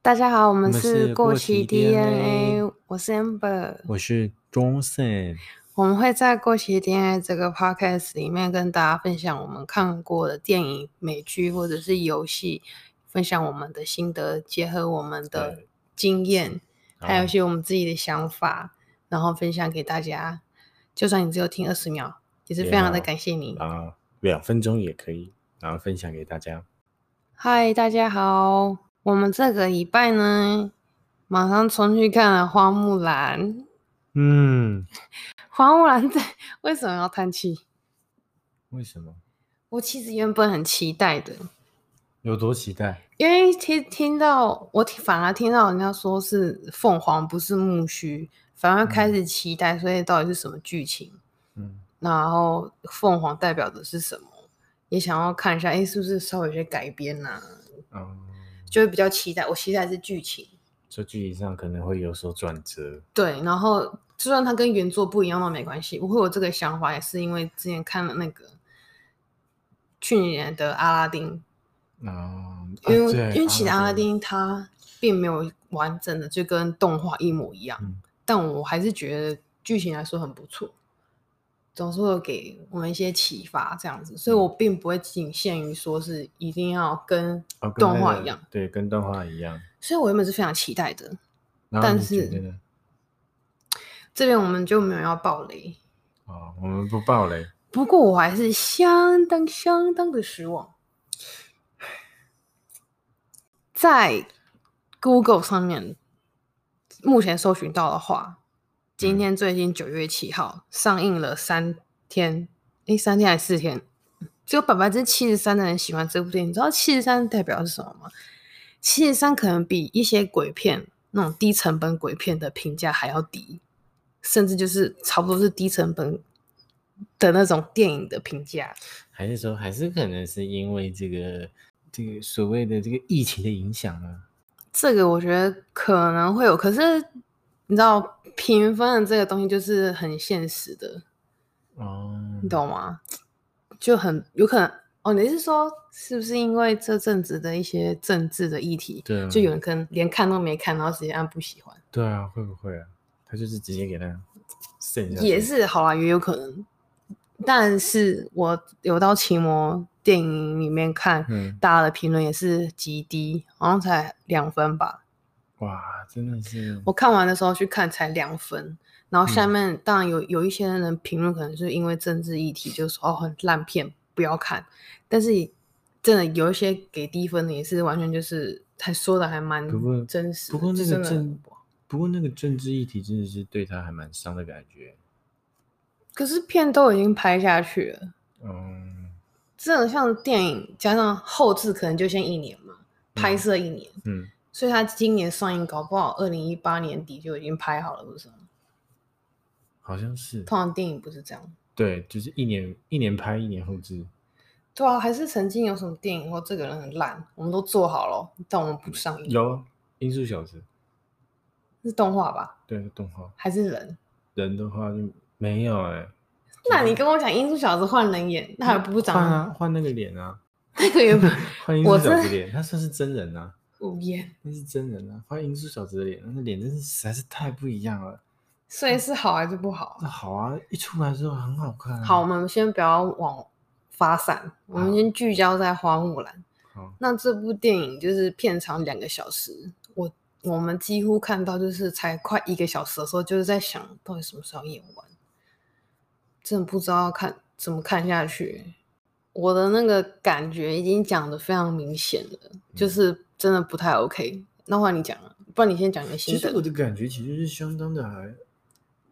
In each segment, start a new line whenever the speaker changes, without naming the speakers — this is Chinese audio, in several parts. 大家好，我
我
们
们
是
是
过
过
期
期
DNA，
DNA，
我是 Amber。
我是钟 Sir。
我们会在过期 DNA 这个 podcast 里面跟大家分享我们看过的电影、美剧或者是游戏，分享我们的心得，结合我们的
对
经验，还有一
好
些我们自己的想法，然后分享给大家。就算你只有听二十秒，也是非
也
常的
好
感谢你。
啊，两分钟也可以，然后分享给大家。
嗨，大家好，我们这个礼拜呢，马上冲去看了《花木兰》。
嗯，
花木兰在为什么要叹气？
为什么？
我其实原本很期待的，
有多期待？
因为听听到我听反而听到人家说是凤凰，不是木须，反而开
嗯
始期待，所以到底是什么剧情？
嗯，
然后凤凰代表的是什么？也想要看一下，哎，是不是稍微有些改编呐、
哦，
就会比较期待。我期待的是剧情，
这剧情上可能会有所转折。
对，然后就算它跟原作不一样，那没关系。我会有这个想法，也是因为之前看了那个去年的《阿拉丁》，
啊，
因
啊
为、
对
因为其实阿拉
丁
丁它并没有完整的就跟动画一模一样，
嗯
但我还是觉得剧情来说很不错，总是会给我们一些启发这样子，所以
嗯
我并不会仅限于说是一定要跟
哦跟
动
那
画
个
一样，
对，跟动画一样。
所以我原本是非常期待的。
然后
但
你觉
是
得呢？
这边我们就没有要暴雷，
哦，我们不爆雷。
不过我还是相当相当的失望，在 Google 上面目前搜寻到的话，今
嗯
天最近九月七号上映了三天，诶，三天还是四天？只有百分之七十三的人喜欢这部电影，你知道七十三代表是什么吗？七十三可能比一些鬼片那种低成本鬼片的评价还要低，甚至就是差不多是低成本的那种电影的评价。
还是说，还是可能是因为这个这个所谓的这个疫情的影响啊？
这个我觉得可能会有，可是你知道评分的这个东西就是很现实的，
哦，
你懂吗？就很有可能哦，你是说是不是因为这阵子的一些政治的议题，
对啊
就有人可能连看都没看，然后直接按不喜欢，
对啊，会不会啊？他就是直接给他剩下去
也是好啦，也有可能。但是我有到奇摩电影里面看，
嗯，
大家的评论也是极低，好像才两分吧，
哇，真的是
我看完的时候去看才两分，然后下
嗯
面当然有有一些人评论，可能是因为政治议题，就说哦很烂片，不要看。但是真的有一些给低分的，也是完全就是还说的还蛮
不过
真实的。
不过
就
那
真
个
的
政，不过那个政治议题真的是对他还蛮伤的感觉。
可是片都已经拍下去了，
嗯
这种像电影加上后置，可能就先一年嘛，拍
嗯
摄一年，
嗯，
所以他今年上映，搞不好二零一八年底就已经拍好了，不是吗？
好像是
通常电影不是这样。
对，就是一年一年拍一年后置，
对啊，还是曾经有什么电影或这个人很烂，我们都做好了，但我们不上映。
有啊，《音速小子》
是动画吧？
对动画
还是人？
人的话就没有哎、
那你跟我讲《音速小子》换人演，那还不是长
换
得
啊换那个脸啊，
那个也不
换音
我
速小
真
子脸，他算是真人啊。
无言，
那是真人啊，换音速小子的脸，那脸真是实在是太不一样了。
所以是好还是不好
那？好啊，一出来之后很好看、啊。
好，我们先不要往发散，我们
好
先聚焦在花木兰。
好，
那这部电影就是片长两个小时，我我们几乎看到就是才快一个小时的时候，就是在想到底什么时候演完，真的不知道看怎么看下去。我的那个感觉已经讲的非常明显了，就
嗯
是真的不太 OK。那换你讲了，不然你先讲你的
其
心
实我
得。
的感觉其实是相当的还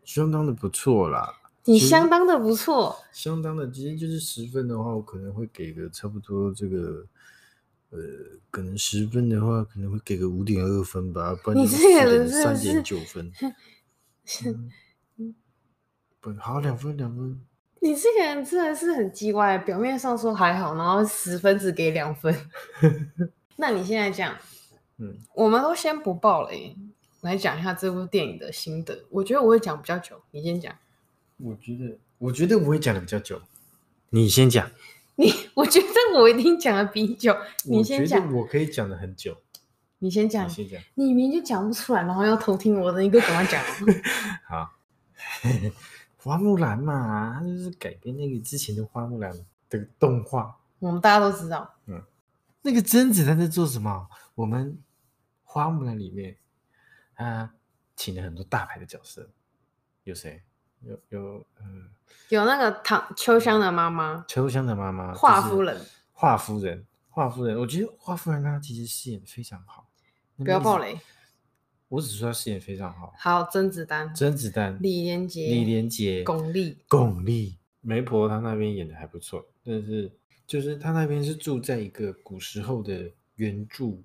相当的不错啦，
你
其实
相当的不错，
相当的其实就是十分的话，我可能会给个差不多这个。呃，可能十分的话，可能会给个五点二分吧，不然
你
就是
这个人真
三
的
点
是
九 分。嗯不，好，两分两分，
你这个人真的是很叽歪，表面上说还好，然后十分只给两分。 那你现在讲，
嗯，
我们都先不爆雷，来讲一下这部电影的心得。我觉得我会讲比较久，你先讲。
我觉得，我觉得我会讲的比较久，你先讲。
你，我觉得我一定讲的比你久，你
我
先
觉
讲
得。我可以讲的很久。
你先讲
你，先讲。
你明明就讲不出来，然后要偷听我的，你给我赶快讲啊。
好， 花木兰嘛，它就是改编那个之前的花木兰的动画。
我们大家都知道，
那个甄子丹在做什么？我们花木兰里面，他请了很多大牌的角色，有谁？有有呃，
有那个唐秋香的妈妈，
秋香的妈妈，
华夫人，
华夫人，华夫人，我觉得华夫人她其实饰演得非常好。那
不要
妹
暴
子，
雷。
我只说她饰演非常好。
还有甄子丹、
甄子丹、
李连杰、
李连杰、
巩俐，
巩俐、媒婆，她那边演的还不错，但是就是她那边是住在一个古时候的原著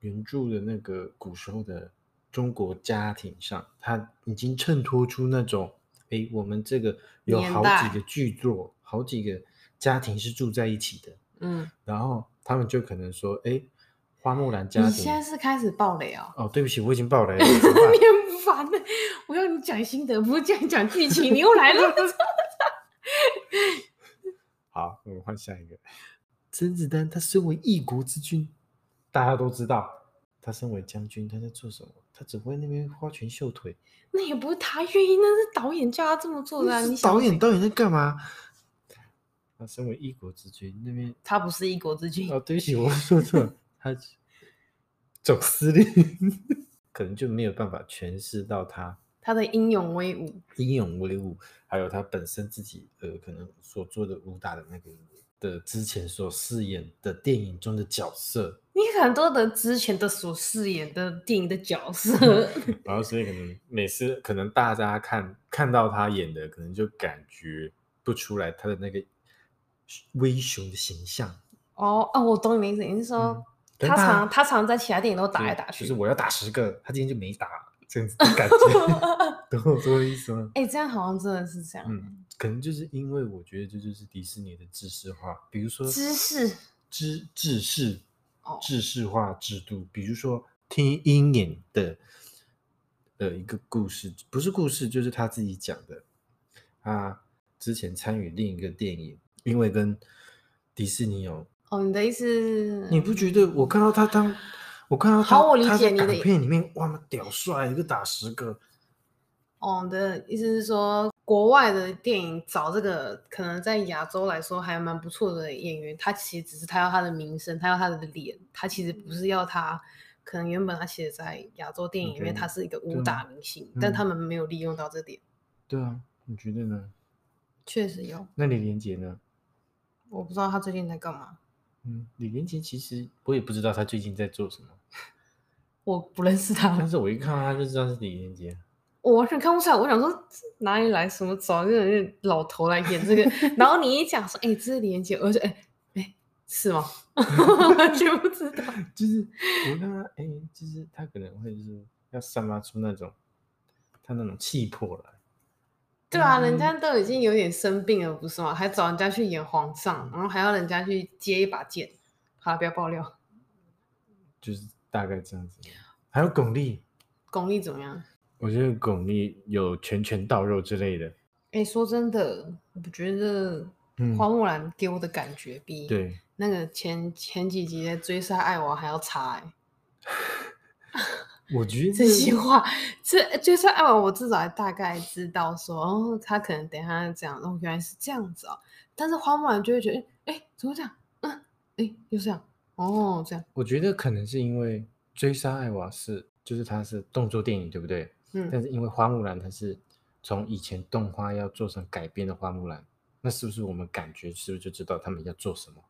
原著的那个古时候的中国家庭上，她已经衬托出那种，诶，我们这个有
年
好
代
几个剧作，好几个家庭是住在一起的，
嗯，
然后他们就可能说，诶，花木兰家
你现在
庭，
是开始暴雷哦。
哦，对不起，我已经爆雷了，怎么办
你很烦的，我要你讲心得，不是叫你讲剧情，你又来了。
好，我们换下一个。甄子丹他身为一国之君，大家都知道，他身为将军他在做什么？他只会那边花拳绣腿。
那也不是他愿意，那是导演叫他这么做的、啊。
那
你
是
想
导
怎
演到底在干嘛？他身为一国之君那边，
他不是一国之君，
哦，对不起，我说错了， 他是总司令， 可能就没有办法诠释到他
他的英勇威武，
英勇威武，还有他本身自己呃可能所做的武打的那个的之前所饰演的电影中的角色，
你很多的之前的所饰演的电影的角色，
然后所以可能每次可能大家看看到他演的，可能就感觉不出来他的那个威雄的形象。
哦哦，我懂你的意思，你是说、
嗯
他常他常在其他电影都打来打去
就是我要打十个，他今天就没打，这 样子的感觉，懂我什么意思吗？
哎、这样好像真的是这样。
嗯，可能就是因为我觉得这就是迪士尼的制式化，比如说
知识
知制式
哦
制式化制度，比如说听鹰眼的呃一个故事，不是故事，就是他自己讲的。他之前参与另一个电影，因为跟迪士尼有，
哦，你的意思是
你不觉得我看到他当，我看到他
好我理
他
解
在
你
港
的意
片里面，哇，妈屌帅，一个打十个，
哦，你的意思是说，国外的电影找这个可能在亚洲来说还蛮不错的演员，他其实只是他要他的名声，他要他的脸，他其实不是要他。可能原本他其实，在亚洲电影里面，
对
他是一个武
对
打明星，但
嗯
他们没有利用到这点。
对啊，你觉得呢？
确实有，
那李连杰呢？
我不知道他最近在干嘛，
嗯，李连杰其实我也不知道他最近在做什么，
我不认识他，
但是我一看到他就知道是李连杰。
我完全看不出来。我想说哪里来什么找这种老头来演这个，然后你一讲说，哎、这是李连杰，我就哎哎、是吗？ 完全不知道。
就是我看他，哎、就是他可能会就是要散发出那种他那种气魄来。
对啊，人
嗯
家都已经有点生病了，不是吗？还找人家去演皇上，然后还要人家去接一把剑。好了，不要爆料。
就是大概这样子。还有巩俐，
巩俐怎么样？
我觉得巩俐有拳拳到肉之类的。
哎，说真的，我觉得
嗯
花木兰给我的感觉比
对，
那个前前几集的《追杀爱娃》还要差哎、
我觉 得
这些话，这《追杀爱娃》我至少还大概知道说，哦，他可能等一下这样，哦，原来是这样子哦。但是花木兰就会觉得，哎，怎么会这样？嗯，哎，又这样，哦，这样，
我觉得可能是因为《追杀艾娃》是就是它是动作电影，对不对？
嗯，
但是因为花木兰它是从以前动画要做成改编的花木兰，那是不是我们感觉是不是就知道他们要做什么，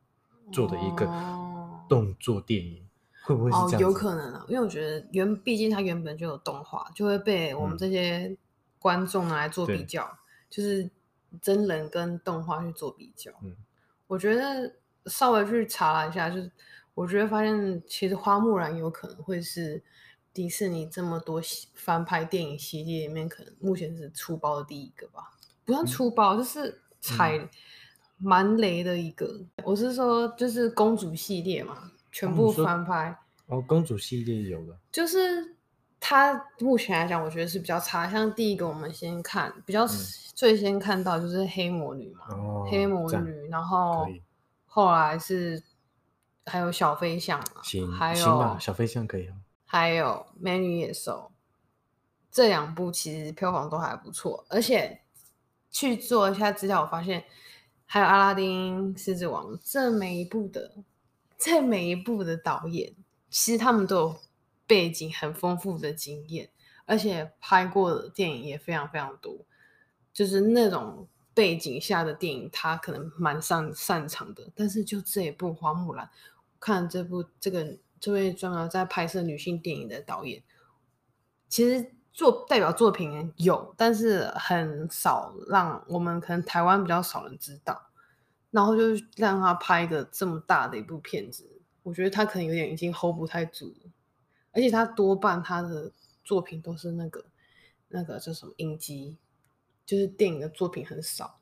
做的一个
哦
动作电影？会不会是
哦
这样子？，
有可能啊，因为我觉得原毕竟它原本就有动画，就会被我们
嗯
这些观众拿来做比
对
较，就是真人跟动画去做比较。
嗯，
我觉得稍微去查了一下，就是我觉得发现其实花木兰有可能会是迪士尼这么多系翻拍电影系列里面，可能目前是出包的第一个吧，不
嗯
算出包，就是踩蛮雷的一个。我是说，就是公主系列嘛，全
哦
部
你说
翻拍。
哦，公主系列有的，
就是它目前来讲，我觉得是比较差。像第一个，我们先看比较、
嗯
最先看到就是黑魔女嘛，
哦，
黑魔
赞
女，然后
可以
后来是还有小飞象嘛
行，
还
行吧，
有
小飞象可以哦。
还有《美女野兽》这两部，其实票房都还不错。而且去做一下资料，我发现还有《阿拉丁》《狮子王》这每一部的，这每一部的导演，其实他们都有背景很丰富的经验，而且拍过的电影也非常非常多。就是那种背景下的电影，他可能蛮擅擅长的。但是就这一部《花木兰》，看这部这个这位专门在拍摄女性电影的导演，其实做代表作品有，但是很少让我们可能台湾比较少人知道。然后就让他拍一个这么大的一部片子，我觉得他可能有点已经 hold 不太住了，而且他多半他的作品都是那个那个叫什么影集就是电影的作品很少，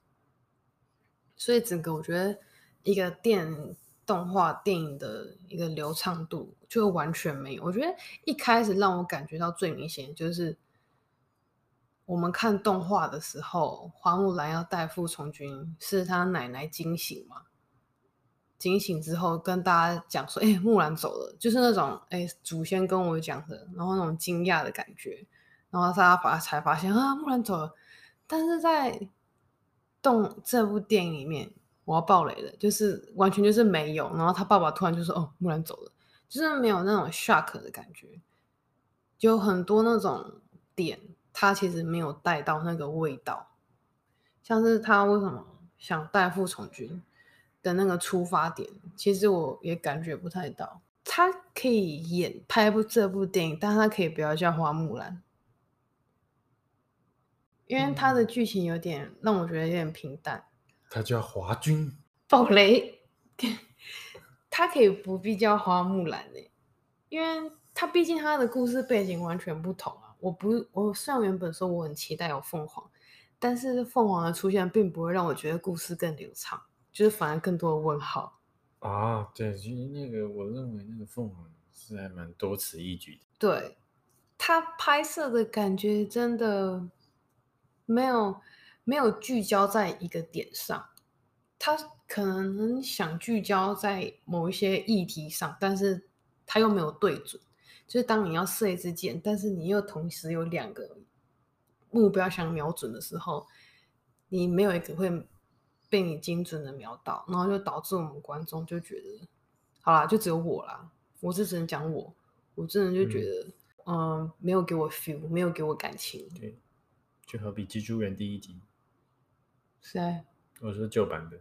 所以整个我觉得一个电动画电影的一个流畅度就完全没有。我觉得一开始让我感觉到最明显的就是我们看动画的时候，花木兰要代父从军，是她奶奶惊醒嘛？警醒之后跟大家讲说：“哎、木兰走了。”就是那种哎、祖先跟我讲的，然后那种惊讶的感觉，然后大家发才发现啊，木兰走了。但是在动这部电影里面，我要爆雷了，就是完全就是没有。然后他爸爸突然就说：“哦，木兰走了。”就是没有那种 shock 的感觉，有很多那种点，他其实没有带到那个味道，像是他为什么想代父从军的那个出发点，其实我也感觉不太到。他可以演拍部这部电影，但他可以不要叫花木兰，因为他的
嗯
剧情有点让我觉得有点平淡。
他叫华军，
爆雷，他可以不必叫花木兰呢、因为他毕竟他的故事背景完全不同啊。我不，我虽然原本说我很期待有凤凰，但是凤凰的出现并不会让我觉得故事更流畅，就是反而更多的问号。
啊，对，其实那个我认为那个凤凰是还蛮多此一举的。
对他拍摄的感觉真的没有没有聚焦在一个点上，他可能想聚焦在某一些议题上，但是他又没有对准。就是当你要射一支箭，但是你又同时有两个目标想瞄准的时候，你没有一个会被你精准的瞄到，然后就导致我们观众就觉得，好啦，就只有我啦，我是只能讲我，我真的就觉得，嗯、没有给我 feel，没有给我感情，
对，就好比《蜘蛛人》第一集，
是哎，
我说旧版的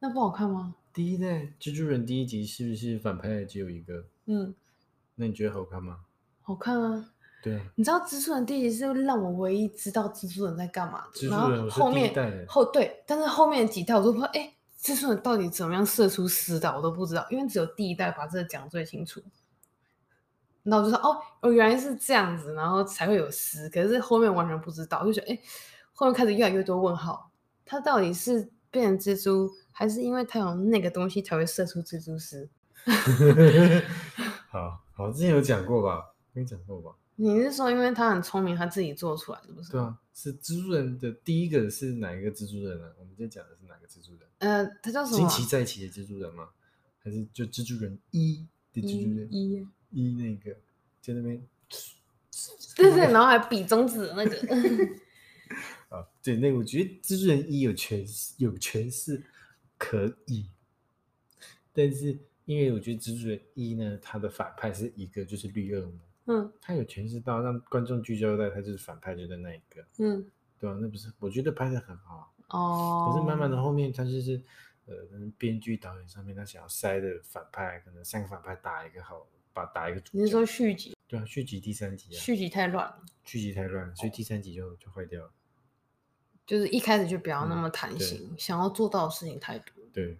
那不好看吗？
第一代《蜘蛛人》第一集是不是反派只有一个？
嗯，
那你觉得好看吗？
好看啊。
对 啊，
你知道蜘蛛人第一集是让我唯一知道蜘蛛人在干嘛的，
蜘
然
蛛人
后
我是
后
第一
面
代的，
后对，但是后面几代我都不知道，哎、蜘蛛人到底怎么样射出丝的，我都不知道，因为只有第一代把这个讲最清楚。那我就说哦，哦原来是这样子，然后才会有丝，可是后面完全不知道，我就觉得哎、后面开始越来越多问号，他到底是变成蜘蛛，还是因为他有那个东西才会射出蜘蛛丝？
好好，之前有讲过吧？没讲过吧？
你是说因为他很聪明，他自己做出来的不是？
对啊，是蜘蛛人的第一个是哪一个蜘蛛人啊？我们在讲的是哪个蜘蛛人？
呃，他叫什么
惊
啊？
奇在一起的蜘蛛人吗？还是就蜘蛛人一的蜘蛛人
一一
一那个在那边
对对，然后还比中指的那个。
啊？对，那个我觉得蜘蛛人一有诠释有诠释可以，但是因为我觉得蜘蛛人一呢，他的反派是一个就是绿恶魔，
嗯
他有诠释到让观众聚焦在他就是反派就在那一个，
嗯，
对啊，那不是我觉得拍的很好啊。
哦。
可是慢慢的后面他就是呃，可能编剧导演上面他想要塞的反派，可能三个反派打一个好，把打一个主角。
你是说续集？
对啊，续集第三集啊，
续哦集太乱了，
续集太乱，所以第三集就就坏掉了。
就是一开始就不要那
嗯
么弹
对
性，想要做到的事情太多。
对，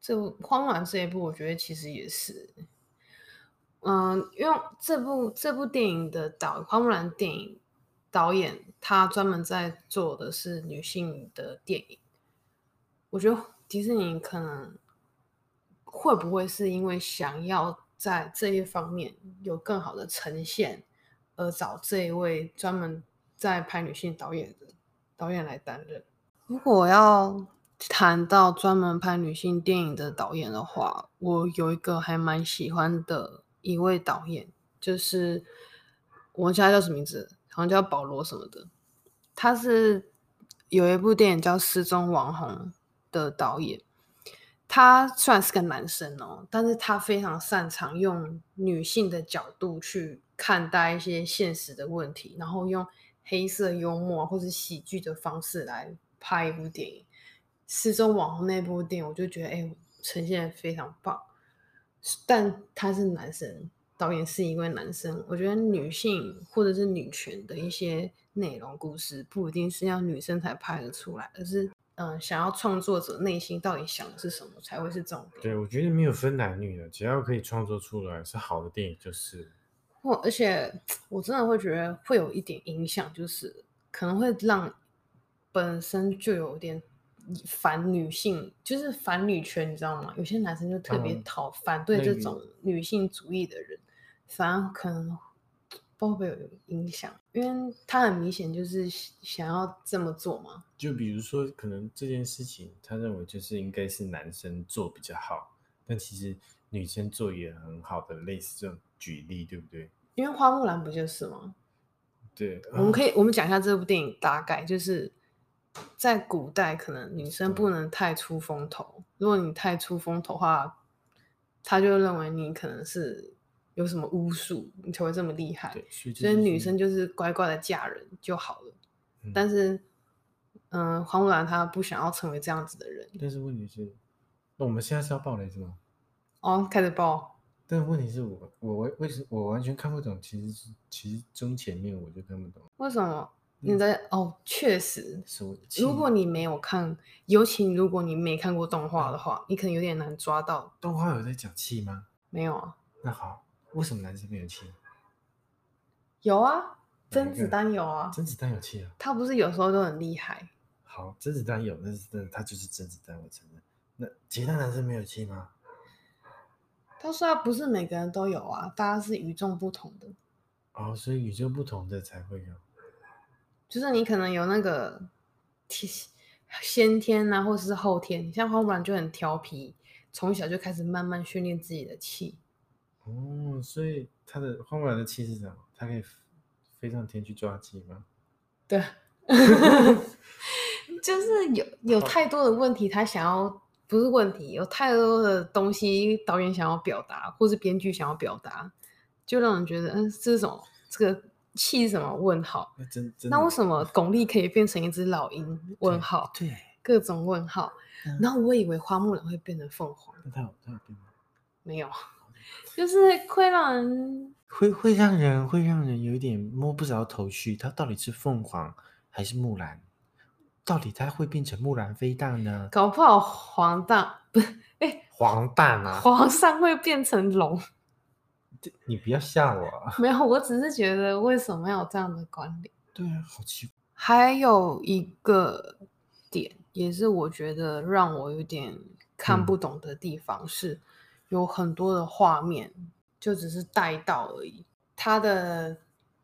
这部《花木兰》这一部，我觉得其实也是，嗯，因为这部这部电影的导《花木兰》电影导演，他专门在做的是女性的电影。我觉得迪士尼可能会不会是因为想要在这一方面有更好的呈现，而找这一位专门在拍女性导演的导演来担任。如果要谈到专门拍女性电影的导演的话，我有一个还蛮喜欢的一位导演，就是我忘记他叫什么名字，好像叫保罗什么的。他是有一部电影叫《失踪网红》的导演。他虽然是个男生哦，但是他非常擅长用女性的角度去看待一些现实的问题，然后用黑色幽默啊或是喜剧的方式来拍一部电影。失踪网红那部电影，我就觉得哎、呈现的非常棒。但他是男生，导演是一位男生，我觉得女性或者是女权的一些内容故事，不一定是要女生才拍得出来，而是嗯、呃想要创作者内心到底想的是什么才会是重点。
对，我觉得没有分男女的，只要可以创作出来是好的电影就是。
或而且我真的会觉得会有一点影响，就是可能会让本身就有点反女性，就是反女权，你知道吗？有些男生就特别
嗯
讨反对
那
这
个
种女性主义的人，反而可能不知道会不会有影响，因为他很明显就是想要这么做嘛。
就比如说，可能这件事情，他认为就是应该是男生做比较好，但其实女生做也很好的，类似这种举例，对不对？
因为花木兰不就是吗？
对，
我们
以、
可以我们讲一下这部电影大概，就是在古代可能女生
嗯
不能太出风头，如果你太出风头的话，他就认为你可能是有什么巫术，你才会这么厉害。
啊对，所以这
所以
就
女
是
生就是乖乖的嫁人就好了。
嗯
但是，嗯、花木兰她不想要成为这样子的人。
但是问题是，那我们现在是要爆雷是吗？
哦，开始爆，
但问题是我我为为什我完全看不懂，其实是其实中前面我就看不懂
为什么你
嗯
在？哦，确实，
什么气。
如果你没有看，尤其如果你没看过动画的话，你可能有点难抓到
动画有在讲气吗？
没有啊？
那好，为什么男生没有气？
有啊，
哪
甄
一
子
个
丹有啊，
甄子丹有气啊。
他不是有时候都很厉害。
好，甄子丹有，那是真的，他就是甄子丹，我承认。那其他男生没有气吗？
他说他不是每个人都有啊，大家是与众不同的。
哦，所以宇宙不同的才会有。
就是你可能有那个天先天啊，或者是后天，像花木兰就很调皮，从小就开始慢慢训练自己的气。
哦，所以他的花木兰的气是什么？他可以飞飞上天去抓鸡吗？
对， 就是有有太多的问题，他想要不是问题，有太多的东西导演想要表达，或是编剧想要表达，就让人觉得，嗯，这是什么？这个气是什么？问号。
那真真
那为什
么？
么巩俐可以变成一只老鹰？问
对
号，
对，
各种问号
嗯。
然后我以为花木兰会变成凤凰，
那他有他有病吗？
没有， 就是会让人
会会让人会让人有一点摸不着头绪，他到底是凤凰还是木兰？到底他会变成木兰飞弹呢？
搞不好皇上不是
黄蛋啊！
皇上会变成龙。
你不要吓我啊！
没有，我只是觉得为什么要有这样的观点？
对啊，好奇怪。
还有一个点，也是我觉得让我有点看
嗯
不懂的地方是，有很多的画面就只是带到而已，它的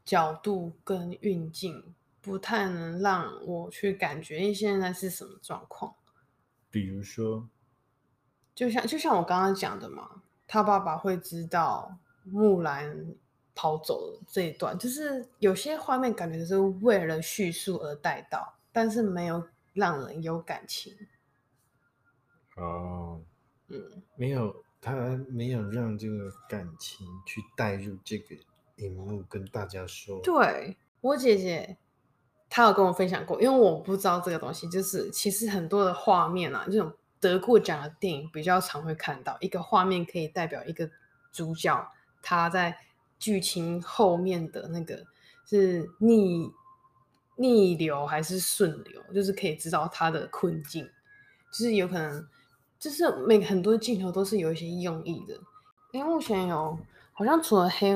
角度跟运镜不太能让我去感觉诶现在是什么状况。
比如说，
就像就像我刚刚讲的嘛，他爸爸会知道木兰跑走了这一段，就是有些画面感觉是为了叙述而带到，但是没有让人有感情。
哦，
嗯，
没有，他没有让这个感情去带入这个荧幕跟大家说。
对我姐姐，她有跟我分享过，因为我不知道这个东西，就是其实很多的画面啊，这种得过奖的电影比较常会看到，一个画面可以代表一个主角他在剧情后面的那个是逆逆流还是顺流，就是可以知道他的困境，就是有可能，就是每很多镜头都是有一些用意的，因为目前有好像除了黑，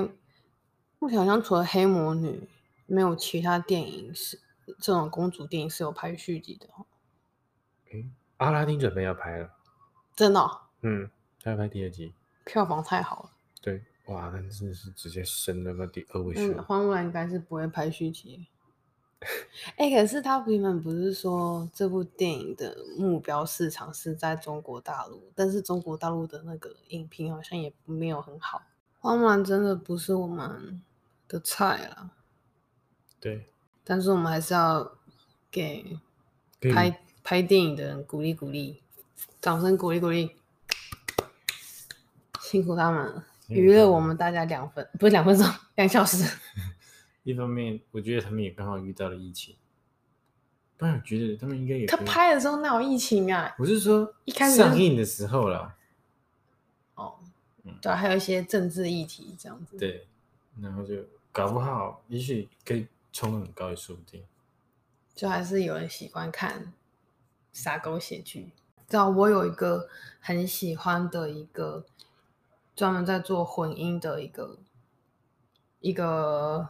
目前好像除了黑魔女，没有其他电影是这种公主电影是有拍续集的哦，
阿拉丁准备要拍了，
真的哦、
嗯，他要拍第二集。
票房太好了。
对，哇，那真的是直接升了个第二位数
嗯，。花木兰应该是不会拍续集。哎、可是他原本不是说这部电影的目标市场是在中国大陆，但是中国大陆的那个影评好像也没有很好。花木兰真的不是我们的菜啦，
对，
但是我们还是要给
可以
拍拍电影的人鼓励鼓励，掌声鼓励鼓励，辛苦他们了，
辛苦
娱乐
他
我
们
们大家两分不是两分钟，两小时。
一方面我觉得他们也刚好遇到了疫情，不然我觉得他们应该也
他
可以，
拍的时候哪有疫情啊？
我是说
一开始就
上映的时候啦，
哦
嗯，
对啊、还有一些政治议题这样子。，
对，然后就搞不好也许可以冲很高也说不定。
就还是有人喜欢看撒狗血剧。知道我有一个很喜欢的一个专门在做混音的一个一个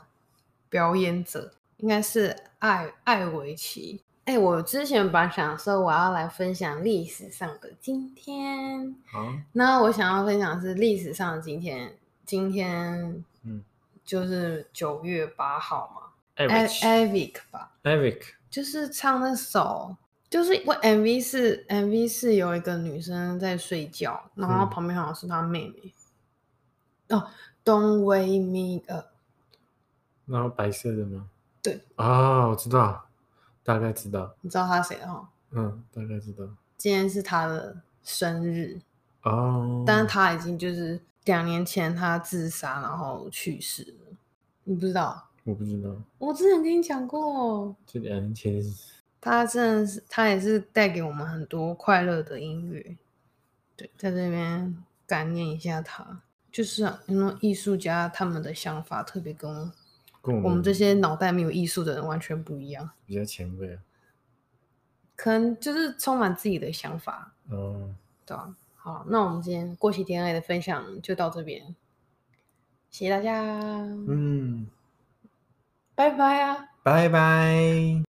表演者，应该是艾艾维奇。哎，我之前本来想说我要来分享历史上的今天，
好，
那我想要分享的是历史上的今天，今天
嗯，
就是九月八号嘛
e
，Ev
v
Evic 吧，
Eric，
就是唱那首，就是我 MV 是 MV 是有一个女生在睡觉，然后
嗯
旁边好像是她妹妹。哦，Don't wake me up，
然后白色的吗？
对。
啊、我知道，大概知道，
你知道她谁哈？
嗯，大概知道。
今天是她的生日，
哦，
但是她已经就是两年前她自杀然后去世了，你不知道？
我不知道，
我之前跟你讲过，哦
这两年前
她真的是她也是带给我们很多快乐的音乐，对，在这边感念一下她。就是、啊、那种艺术家他们的想法特别跟我
跟我们
我们这些脑袋没有艺术的人完全不一样，
比较前卫啊。
可能就是充满自己的想法，
哦，
对吧、好，那我们今天过期 DNA 的分享就到这边，谢谢大家，
嗯，
拜拜啊！
拜拜。